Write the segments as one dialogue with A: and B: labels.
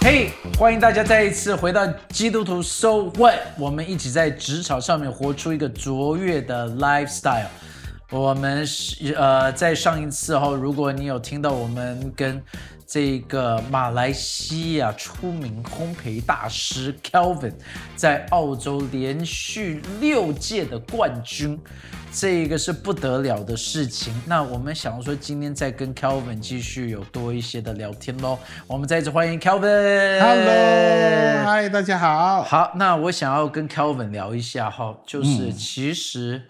A: 嘿欢迎大家再一次回到基督徒 So What，我们一起在职场上面活出一个卓越的 lifestyle。我们是呃，在上一次后，如果你有听到我们跟这个马来西亚出名烘焙大师 Kelvin 在澳洲连续六届的冠军，这个是不得了的事情。那我们想说，今天再跟 Kelvin 继续有多一些的聊天喽。我们再次欢迎 Kelvin。
B: Hello，嗨，大家好。
A: 好，那我想要跟 Kelvin 聊一下哈，就是其实、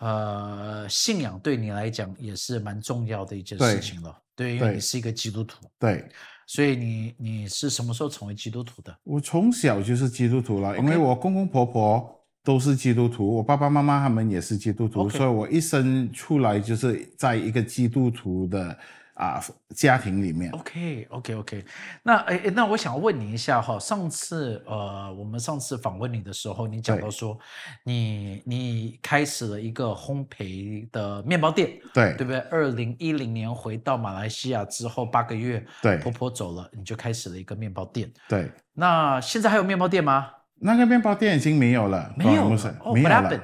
A: 呃，信仰对你来讲也是蛮重要的一件事
B: 对
A: 情了，对，因为
B: 对
A: 你是一个基督徒，
B: 对
A: 所以你你是什么时候成为基督徒的？
B: 我从小就是基督徒了，因
A: OK
B: 为我公公婆婆都是基督徒，我爸爸妈妈他们也是基督徒
A: OK
B: 所以我一生出来就是在一个基督徒的啊家庭里
A: 哦
B: 面。
A: OK OK OK，那诶诶那我想问你一下哈，上次呃，我们上次访问你的时候，你讲
B: 对
A: 到说你你开始了一个烘焙的面包店，
B: 对
A: 对不对？二零一零年回到马来西亚之后八个月，
B: 对
A: 婆婆走了，你就开始了一个面包店。
B: 对，
A: 那现在还有面包店吗？
B: 那个面包店已经没有了，
A: 没有
B: 广东省
A: 了，哦
B: 没有
A: what
B: 了
A: happened？。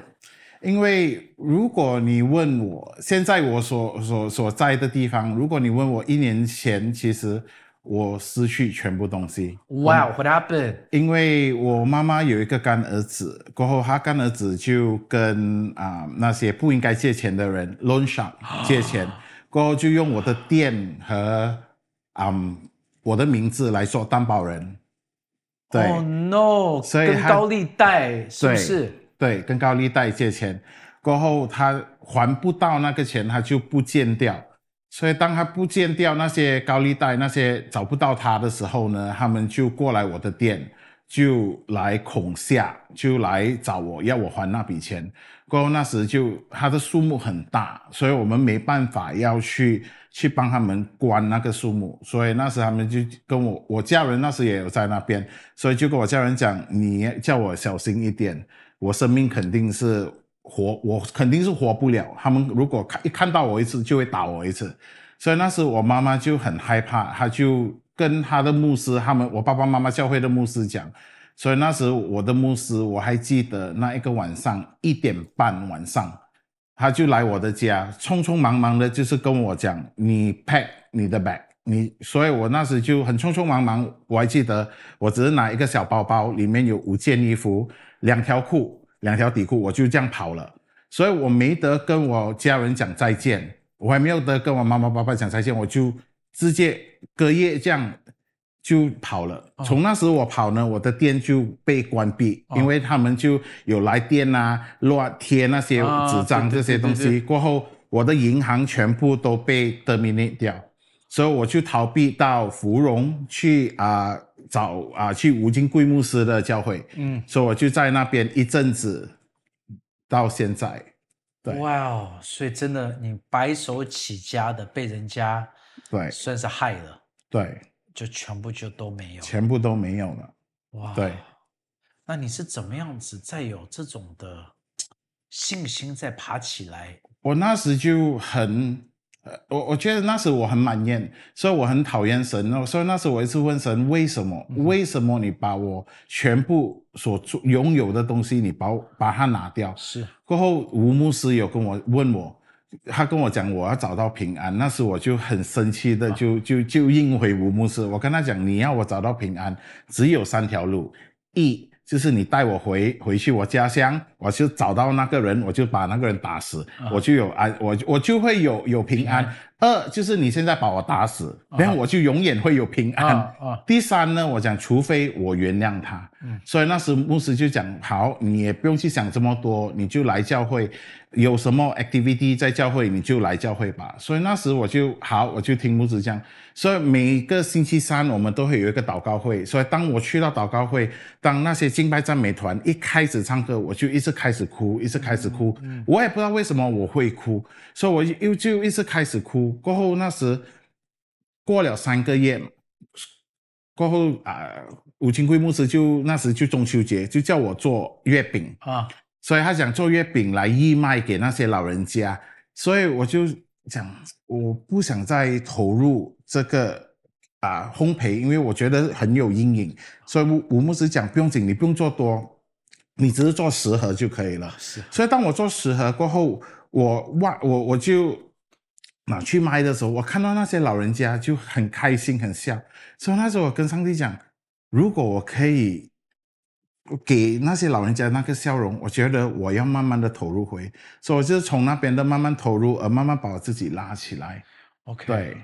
B: 因为如果你问我现在我所所所在的地方，如果你问我一年前，其实我失去全部东西。
A: 哇、wow,，What happened？
B: 因为我妈妈有一个干儿子，过后她干儿子就跟啊、那些不应该借钱的人 loan shark 借钱，过后就用我的店和嗯我的名字来做担保人，对、
A: ，Oh no！
B: 所以
A: 跟
B: 他
A: 高利贷是不
B: 对
A: 是？
B: 对，跟高利贷借钱，过后他还不到那个钱，他就不见掉。所以当他不见掉那些高利贷那些找不到他的时候呢，他们就过来我的店，就来恐吓，就来找我要我还那笔钱。过后那时就他的数目很大，所以我们没办法要去去帮他们关那个数目，所以那时他们就跟我我家人那时也有在那边，所以就跟我家人讲，你叫我小心一点，我生命肯定是活，我肯定是活不了。他们如果看一看到我一次，就会打我一次。所以那时我妈妈就很害怕，她就跟她的牧师，他们我爸爸妈妈教会的牧师讲。所以那时我的牧师，我还记得那一个晚上一点半晚上，他就来我的家，匆匆忙忙的，就是跟我讲，你 pack 你的 bag，你，所以我那时就很匆匆忙忙。我还记得，我只是拿一个小包包，里面有五件衣服、两条裤、两条底裤，我就这样跑了。所以我没得跟我家人讲再见，我还没有得跟我妈妈爸爸讲再见，我就直接隔夜这样就跑了。
A: 哦
B: 从那时我跑呢，我的店就被关闭，
A: 哦
B: 因为他们就有来电啊、乱贴那些
A: 啊
B: 纸张
A: 对对
B: 这些东
A: 对对
B: 西。过后，我的银行全部都被 terminate 掉，所以我就逃避到芙蓉去啊、找啊、去吴金贵牧师的教会，
A: 嗯，
B: 所以我就在那边一阵子，到现在。对
A: 哇哦！所以真的，你白手起家的被人家
B: 对
A: 算是害了，
B: 对，
A: 就全部就都没有。
B: 全部都没有了。
A: 哇，
B: 对。
A: 那你是怎么样子再有这种的信心再爬起来？
B: 我那时就很，呃，我我觉得那时我很埋怨，所以我很讨厌神。那所以那时我一直问神，为什么？
A: 嗯
B: 为什么你把我全部所做拥有的东西，你把我把它拿掉？
A: 是
B: 过后，吴牧师有跟我问我，他跟我讲我要找到平安，那时我就很生气
A: 啊
B: 的就就就应回吴牧师，我跟他讲你要我找到平安，只有三条路，一就是你带我回回去我家乡，我就找到那个人，我就把那个人打死，
A: 啊
B: 我就有安，我我就会有有平安。
A: 平
B: 二就是你现在把我打死，
A: 啊
B: 然后我就永远会有平安。
A: 啊啊，
B: 第三呢，我讲除非我原谅他，
A: 嗯
B: 所以那时牧师就讲，好，你也不用去想这么多，你就来教会，有什么 activity 在教会你就来教会吧。所以那时我就好，我就听牧师讲，所以每个星期三我们都会有一个祷告会，所以当我去到祷告会，当那些敬拜赞美团一开始唱歌，我就一直开始哭，一直开始哭，我也不知道为什么我会哭，所以我又就一直开始哭。过后那时过了三个月，过后啊、五清贵牧师就那时就中秋节就叫我做月饼，
A: 啊，
B: 所以他想做月饼来义卖给那些老人家，所以我就想，我不想再投入这个啊、烘焙，因为我觉得很有阴影。所以吴吴牧师讲，不用紧，你不用做多，你只是做十盒就可以了。
A: 是
B: 所以当我做十盒过后，我哇，我我就拿去卖的时候，我看到那些老人家就很开心很笑，所以那时候我跟上帝讲，如果我可以给那些老人家那个笑容，我觉得我要慢慢的投入回，所以我就是从那边的慢慢投入，而慢慢把我自己拉起来。
A: OK。
B: 对，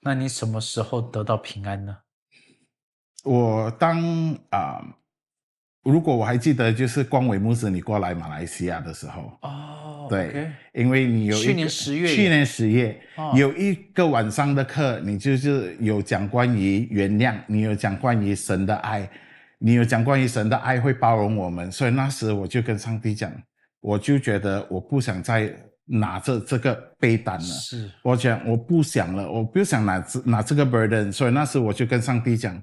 A: 那你什么时候得到平安呢？
B: 我当啊、如果我还记得，就是光伟牧师你过来马来西亚的时候，
A: 哦，
B: 对
A: OK
B: 因为你有一
A: 去年
B: 个
A: 10月
B: 去年十月、
A: 哦
B: 有一个晚上的课，你就是有讲关于原谅，你有讲关于神的爱，你有讲关于神的爱会包容我们，所以那时我就跟上帝讲，我就觉得我不想再拿着这个背单了。
A: 是
B: 我讲我不想了，我不想拿这拿这个 burden，所以那时我就跟上帝讲，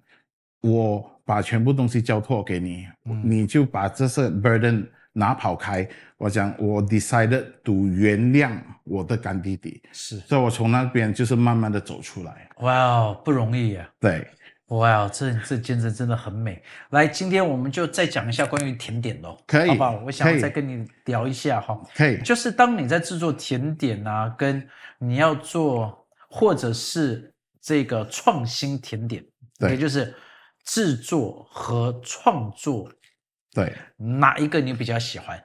B: 我把全部东西交托给你，
A: 嗯
B: 你就把这些 burden 拿跑开。我讲我 decided to 原谅我的干弟弟，
A: 是，
B: 所以我从那边就是慢慢的走出来。啊
A: 哇哦，不容易呀、
B: 对，
A: 哇哦，这这见证真的很美。来，今天我们就再讲一下关于甜点喽，
B: 可以
A: 好不好？我想
B: 可
A: 要
B: 以
A: 再跟你聊一下哈。
B: 可以，
A: 就是当你在制作甜点啊，跟你要做或者是这个创新甜点，
B: 对
A: 也就是制作和创作，
B: 对，
A: 哪一个你比较喜欢？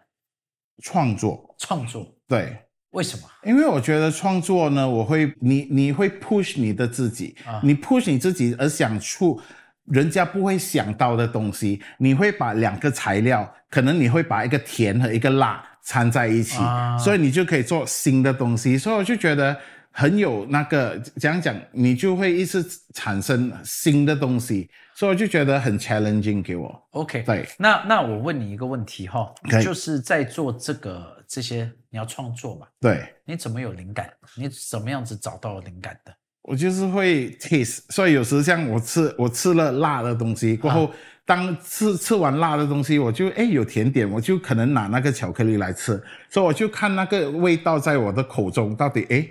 B: 创作，
A: 创作
B: 对，
A: 为什么？
B: 因为我觉得创作呢，我会你你会 push 你的自己，
A: 啊
B: 你 push 你自己而想出人家不会想到的东西。你会把两个材料，可能你会把一个甜和一个辣掺在一起，
A: 啊
B: 所以你就可以做新的东西。所以我就觉得很有那个讲讲，你就会一直产生新的东西，所以我就觉得很 challenging 给我。
A: OK，
B: 对
A: 那那我问你一个问题哈
B: 可，以
A: 就是在做这个这些你要创作嘛，
B: 对。
A: 你怎么有灵感？你怎么样子找到灵感的？
B: 我就是会 taste，所以有时像我吃我吃了辣的东西过后，当吃吃完辣的东西，我就哎有甜点，我就可能拿那个巧克力来吃，所以我就看那个味道在我的口中到底哎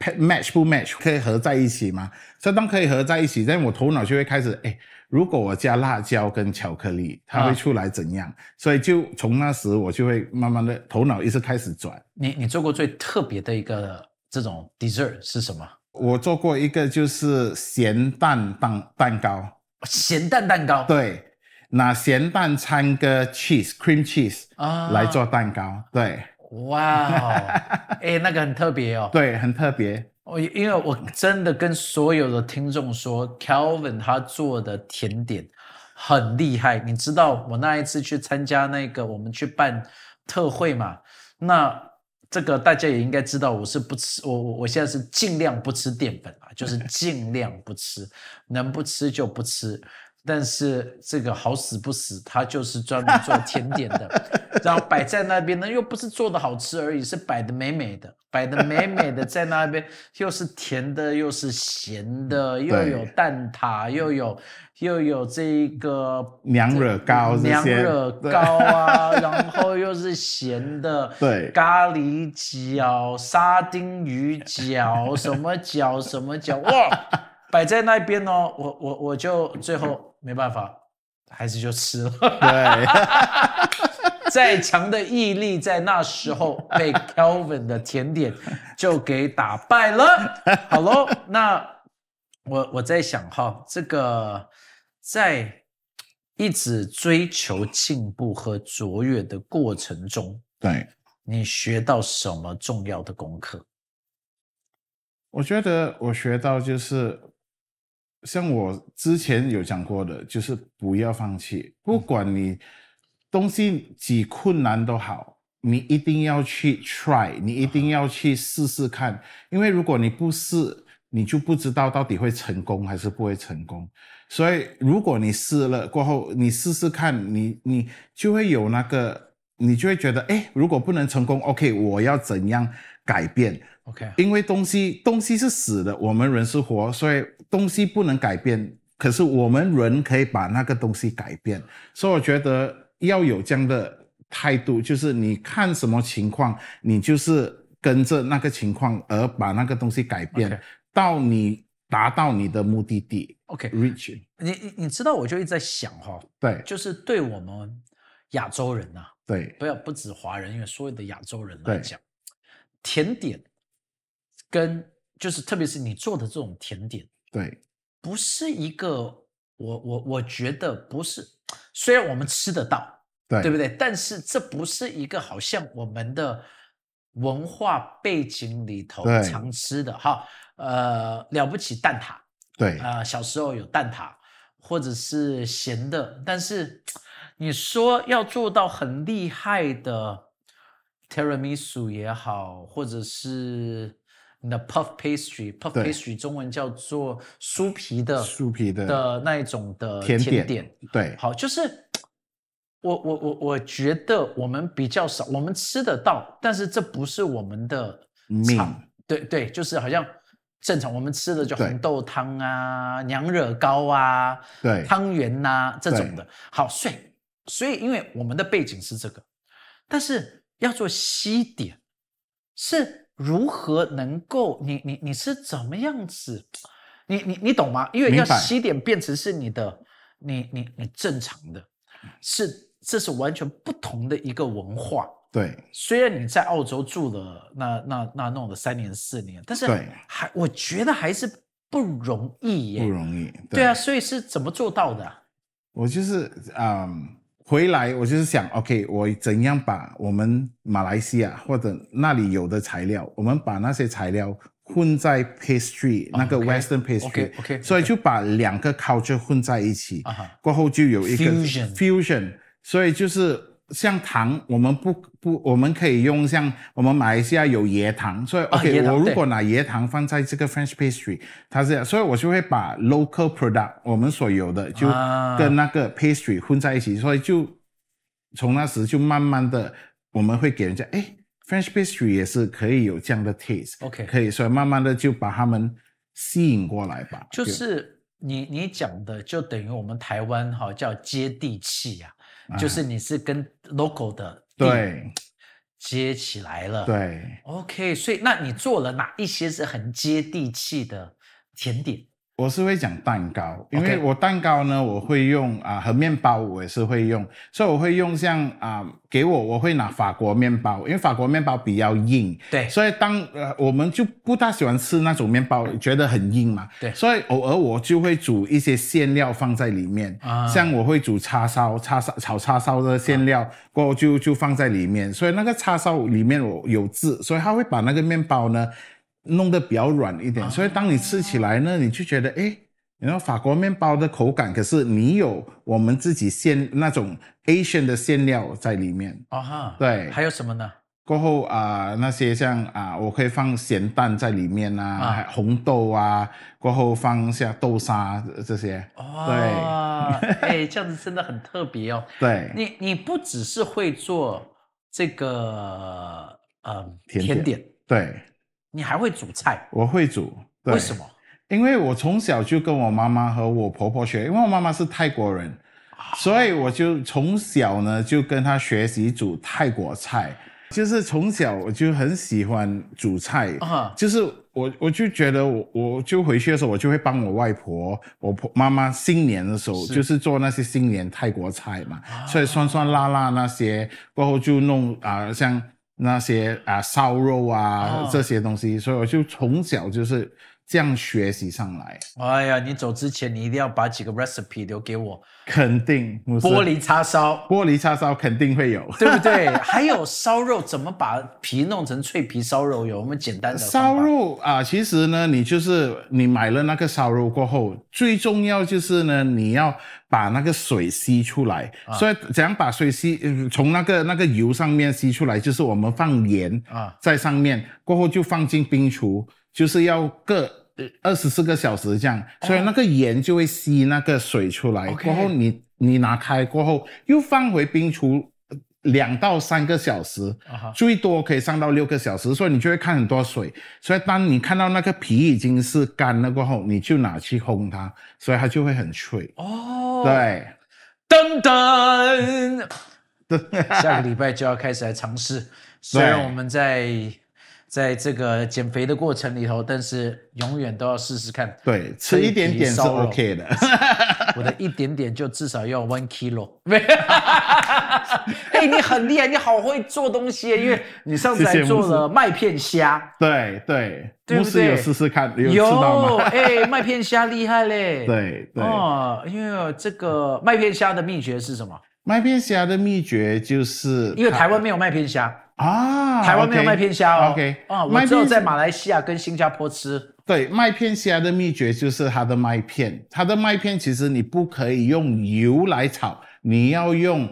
B: pa- match 不 match 可以合在一起吗？所以当可以合在一起，但我头脑就会开始哎，如果我加辣椒跟巧克力，它
A: 啊
B: 会出来怎样？所以就从那时我就会慢慢的头脑一直开始转。
A: 你你做过最特别的一个这种 dessert 是什么？
B: 我做过一个就是咸蛋蛋蛋糕。
A: 咸蛋蛋糕。
B: 对，拿咸蛋掺个 cheese cream cheese
A: 啊
B: 来做蛋糕，对
A: 哇哦，哎，那个很特别哦。
B: 对，很特别，
A: 我因为我真的跟所有的听众说，Calvin 他做的甜点很厉害。你知道我那一次去参加那个我们去办特会嘛？那这个大家也应该知道，我是不吃，我我我现在是尽量不吃淀粉啊，就是尽量不吃，能不吃就不吃。但是这个好死不死，他就是专门做甜点的，然后摆在那边呢，又不是做的好吃而已，是摆的美美的，摆的美美的在那边，又是甜的，又是咸的，又
B: 对
A: 有蛋挞，又有又有这个
B: 娘惹糕这些，
A: 娘惹
B: 对
A: 糕啊， 然后又是咸的，
B: 对
A: 咖喱饺、沙丁鱼饺、什么饺、什么饺，哇，摆在那边哦，我我我就最后没办法，还是就吃了。
B: 对
A: 再强的毅力，在那时 候被 Kelvin 的甜点就给打败了。好喽，那我我在想哈，这个在一直追求进步和卓越的过程中，
B: 对，
A: 你学到什么重要的功课？
B: 我觉得我学到就是。像我之前有讲过的，就是不要放弃，不管你东西几困难都好，你一定要去 try，你一定要去试试看，因为如果你不试，你就不知道到底会成功还是不会成功。所以，如果你试了过后，你试试看，你你就会有那个，你就会觉得，哎，如果不能成功，OK，我要怎样改变？
A: OK，
B: 因为东西东西是死的，我们人是活，所以东西不能改变，可是我们人可以把那个东西改变，所以我觉得要有这样的态度，就是你看什么情况，你就是跟着那个情况而把那个东西改变
A: OK
B: 到你达到你的目的地
A: OK，
B: ，reach it。
A: 你你你知道，我就一直在想哈、
B: 对
A: 就是对我们亚洲人啊呐、
B: 对
A: 不要不止华人，因为所有的亚洲人来
B: 对
A: 讲，甜点跟就是特别是你做的这种甜点，
B: 对
A: 不是一个我我我觉得不是，虽然我们吃得到，
B: 对
A: 对不对？但是这不是一个好像我们的文化背景里头
B: 对
A: 常吃的哈。呃，了不起蛋挞，
B: 对
A: 呃，小时候有蛋挞，或者是咸的，但是你说要做到很厉害的 tiramisu 也好，或者是你的 puff pastry，puff
B: 对
A: pastry 中文叫做酥皮的
B: 酥皮的
A: 呃的那一种的
B: 甜
A: 甜
B: 点
A: 点
B: 对
A: 好，就是我我我我觉得我们比较少，我们吃得到，但是这不是我们的
B: 命
A: 常对对，就是好像正常我们吃的就
B: 对
A: 红豆汤啊、娘惹糕啊、
B: 对
A: 汤圆呐、这种
B: 对
A: 的。好，所以所以因为我们的背景是这个，但是要做西点是如何能够你你你是怎么样子？你你你懂吗？因为
B: 明
A: 要
B: 白
A: 西点变成是你的，你你你正常的，
B: 嗯
A: 是这是完全不同的一个文化。
B: 对
A: 虽然你在澳洲住了那那那弄了三年四年，但是
B: 对
A: 还我觉得还是不容易耶。
B: 不容易
A: 对啊，所以是怎么做到的啊、
B: 我就是嗯，回来我就是想，OK，我怎样把我们马来西亚或者那里有的材料，我们把那些材料混在 pastry、那个
A: OK，
B: Western pastry，、
A: OK，OK，
B: 所以就把两个 culture 混在一起
A: 啊哈
B: 过后就有一个
A: Fusion
B: fusion，所以就是。像糖，我们不不，我们可以用像我们马来西亚有椰糖，所以
A: 啊
B: OK，、
A: 椰糖
B: 我如
A: 对
B: 果拿椰糖放在这个 French pastry，它是这样，所以我就会把 local product 我们所有的就
A: 啊
B: 跟那个 pastry 混在一起，所以就从那时就慢慢的我们会给人家哎，French pastry 也是可以有这样的 taste。
A: OK
B: 可以，所以慢慢的就把他们吸引过来吧。
A: 就是你你讲的，就等于我们台湾哈叫接地气啊，
B: 啊
A: 就是你是跟 local 的地
B: 对
A: 接起来了。
B: 对，
A: ，OK，所以那你做了哪一些是很接地气的甜点？
B: 我是会讲蛋糕，因
A: OK
B: 为我蛋糕呢，我会用啊、和面包我也是会用，所以我会用像啊、给我我会拿法国面包，因为法国面包比较硬，
A: 对
B: 所以当呃我们就不大喜欢吃那种面包，觉得很硬嘛，
A: 对
B: 所以偶尔我就会煮一些馅料放在里面，
A: 啊
B: 像我会煮叉烧、叉烧炒叉烧的馅料，过后就就放在里面，所以那个叉烧里面我有字，所以它会把那个面包呢弄得比较软一
A: 啊
B: 点，所以当你吃起来呢，你就觉得诶，然后法国面包的口感，可是你有我们自己馅那种 Asian 的馅料在里面。
A: 哦哈，
B: 对
A: 还有什么呢？
B: 过后啊、那些像啊、我可以放咸蛋在里面啊，
A: 啊
B: 还红豆啊，过后放下豆沙这这些。
A: 哦，哎，这样子真的很特别 哦。
B: 对，
A: 你你不只是会做这个呃
B: 甜
A: 甜
B: 点
A: 点，
B: 对，
A: 你还会煮菜，
B: 我会煮。对
A: 为什？么？
B: 因为我从小就跟我妈妈和我婆婆学，因为我妈妈是泰国人，
A: 啊
B: 所以我就从小呢就跟她学习煮泰国菜，就是从小我就很喜欢煮菜，
A: 啊
B: 就是我我就觉得我我就回去的时候，我就会帮我外婆、我婆妈妈新年的时候，
A: 是啊
B: 就是做那些新年泰国菜嘛，所以酸酸辣辣那些，过后就弄啊、像那些啊、烧肉啊、
A: 哦
B: 这些东西，所以我就从小就是这样学习上来，
A: 哎呀，你走之前你一定要把几个 recipe 留给我，
B: 肯定不是
A: 玻璃叉烧，
B: 玻璃叉烧肯定会有。
A: 对不对？ 还有烧肉，怎么把皮弄成脆皮烧肉？有我们简单的方
B: 烧
A: 法
B: 肉啊、其实呢，你就是你买了那个烧肉过后，最重要就是呢，你要把那个水吸出来。
A: 啊
B: 所以怎样把水吸呃从那个那个油上面吸出来，就是我们放盐
A: 啊
B: 在上面，过后就放进冰橱，就是要个。二十四个小时这样，所以那个盐就会吸那个水出来。
A: OK
B: 过后你你拿开过后又放回冰橱，呃两到三个小时，
A: 啊哈，
B: 最多可以上到六个小时，所以你就会看很多水。所以当你看到那个皮已经是干了过后，你就拿去烘它，所以它就会很脆。
A: 哦，，
B: 对，
A: 噔噔，下个礼拜就要开始来尝试。虽然
B: 对
A: 我们在在这个减肥的过程里头，但是永远都要试试看。
B: 对，
A: 所
B: 吃
A: 以
B: 一点点是
A: 皮烧肉
B: OK 的。
A: 我的一点点就至少要 one kilo。哎，你很厉害，你好会做东西耶，因为你上次
B: 谢
A: 还
B: 谢
A: 做
B: 牧师
A: 了麦片虾。
B: 对对，
A: 对
B: 牧
A: 不
B: 师有
A: 对
B: 试试看，有吃到吗？
A: 哎，麦片虾厉害嘞。。
B: 对对，
A: 哦，因为这个麦片虾的秘诀是什么？
B: 麦片虾的秘诀就是
A: 因为
B: 它
A: 台湾没有麦片虾，
B: 啊，
A: 台湾没有
B: OK
A: 麦片虾哦。
B: OK，
A: 啊，我
B: 麦
A: 只有
B: 片
A: 在马来西亚跟新加坡吃。
B: 对，麦片虾的秘诀就是它的麦片，它的麦片其实你不可以用油来炒，你要用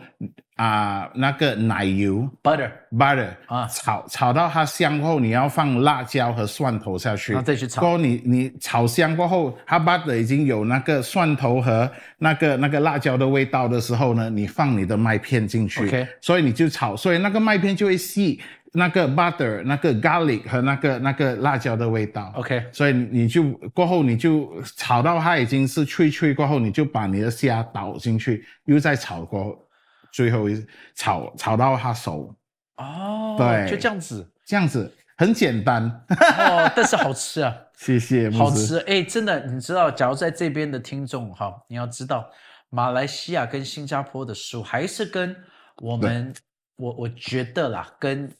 B: 啊、那个奶油
A: butter，
B: butter
A: 啊
B: 炒炒到它香后，你要放辣椒和蒜头下去，
A: 然后再去炒
B: 过后你你炒香过后，它 butter 已经有那个蒜头和那个那个辣椒的味道的时候呢，你放你的麦片进去
A: OK
B: 所以你就炒，所以那个麦片就会吸那个 butter、那个 garlic 和那个那个辣椒的味道。
A: OK，
B: 所以你你就过后你就呃炒到它已经是脆脆过后，你就把你的虾倒进去，又再炒过后，最后一炒炒到它熟，
A: 哦，
B: 对
A: 就这样 子，
B: 这样子很简单。
A: 哦，但是好吃啊。
B: 谢谢，
A: 好
B: 牧师。
A: 吃哎，真的，你知道，假如在这边的听众哈，你要知道，马来西亚跟新加坡的食物还是跟我们，我我觉得啦，跟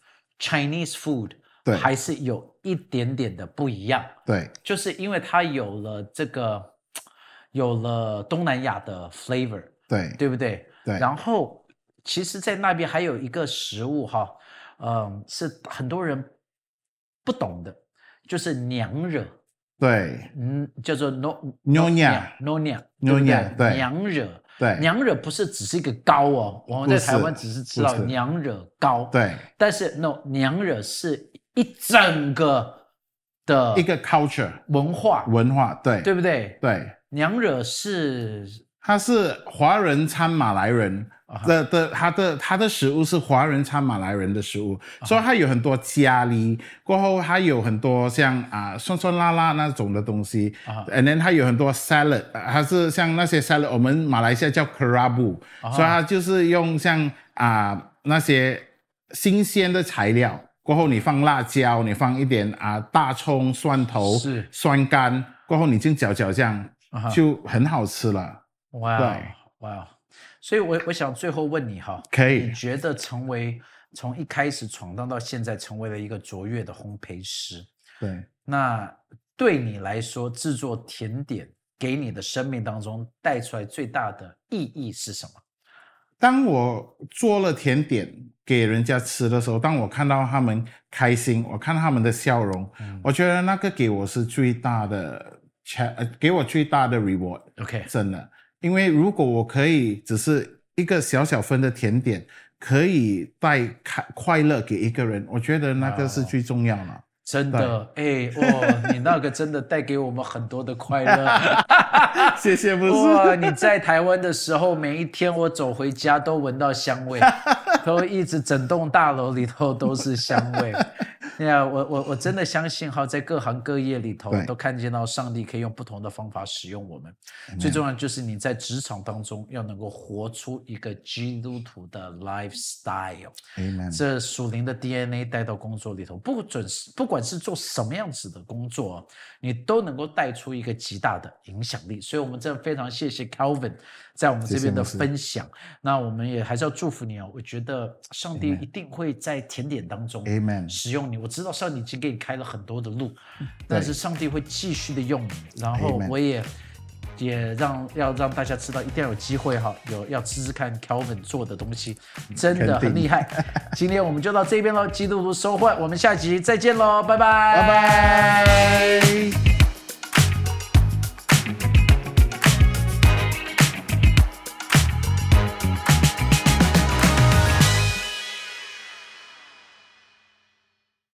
A: Chinese food
B: 对
A: 还是有一点点的不一样，
B: 对
A: 就是因为它有了这个，有了东南亚的 flavor，
B: 对
A: 对不对？
B: 对
A: 然后，其实，在那边还有一个食物哈，嗯，是很多人不懂的，就是娘惹。
B: 对
A: 嗯，叫做 no
B: 妞娘
A: no 娘
B: 妞娘对
A: 娘惹
B: 对
A: 娘惹不是只是一个糕哦，我们在
B: 不是
A: 台湾只是知道
B: 不是
A: 娘惹糕，，
B: 对，
A: 但是 no 娘惹是一整个的
B: 一个 culture
A: 文化，
B: 文化，对
A: 对不对？
B: 对，
A: 娘惹是
B: 它是华人掺马来人
A: 啊哈
B: 的的，它的它的食物是华人掺马来人的食
A: 啊
B: 物，所以它有很多咖喱，过后它有很多像啊、酸酸辣辣那种的东西
A: 啊哈
B: ，and then 它有很多 salad，呃它是像那些 salad，我们马来西亚叫 kerabu，、
A: 啊哈
B: 所以它就是用像啊、那些新鲜的材料。过后你放辣椒，你放一点啊、大葱、蒜头、
A: 是
B: 酸干，过后你就搅搅这样，
A: 啊哈
B: 就很好吃了。
A: 哇
B: 对
A: 哇，所以我我想最后问你哈，
B: 可以
A: 你觉得成为从一开始闯荡到现在，成为了一个卓越的烘焙师，
B: 对，
A: 那对你来说，制作甜点给你的生命当中带出来最大的意义是什么？
B: 当我做了甜点给人家吃的时候，当我看到他们开心，我看到他们的笑容，
A: 嗯
B: 我觉得那个给我是最大的 cha- 呃，给我最大的 reward，
A: ，OK，
B: 真的。因为如果我可以只是一个小小份的甜点，可以带开快乐给一个人，我觉得那个是最重要的。
A: 真的，哎，哦，你那个真的带给我们很多的快乐。
B: 谢谢，不
A: 哇，你在台湾的时候，每一天我走回家都闻到香 味，都一直整栋大楼里头都是香 味。哎呀，我我我真的相信哈，在各行各业里头
B: 对
A: 都看见到上帝可以用不同的方法使用我们。最重要就是你在职场当中要能够活出一个基督徒的 lifestyle，
B: Amen
A: 这属灵的 DNA 带到工作里头，不准是不管是做什么样子的工作哦，你都能够带出一个极大的影响力。所以，我们真的非常谢谢 Calvin 在我们这边的
B: 谢谢牧师
A: 分享。那我们也还是要祝福你哦，我觉得上帝
B: Amen
A: 一定会在甜点当中
B: Amen，
A: 使用你。我知道上帝已经给你开了很多的路，但是上帝会继续的用你。然后
B: Amen
A: 我也也让要让大家知道，一定要有机会哈，有要吃吃看 Kelvin 做的东西，真的很厉害。今天我们就到这边喽，基督徒收获，我们下集再见喽，拜拜，
B: 拜拜。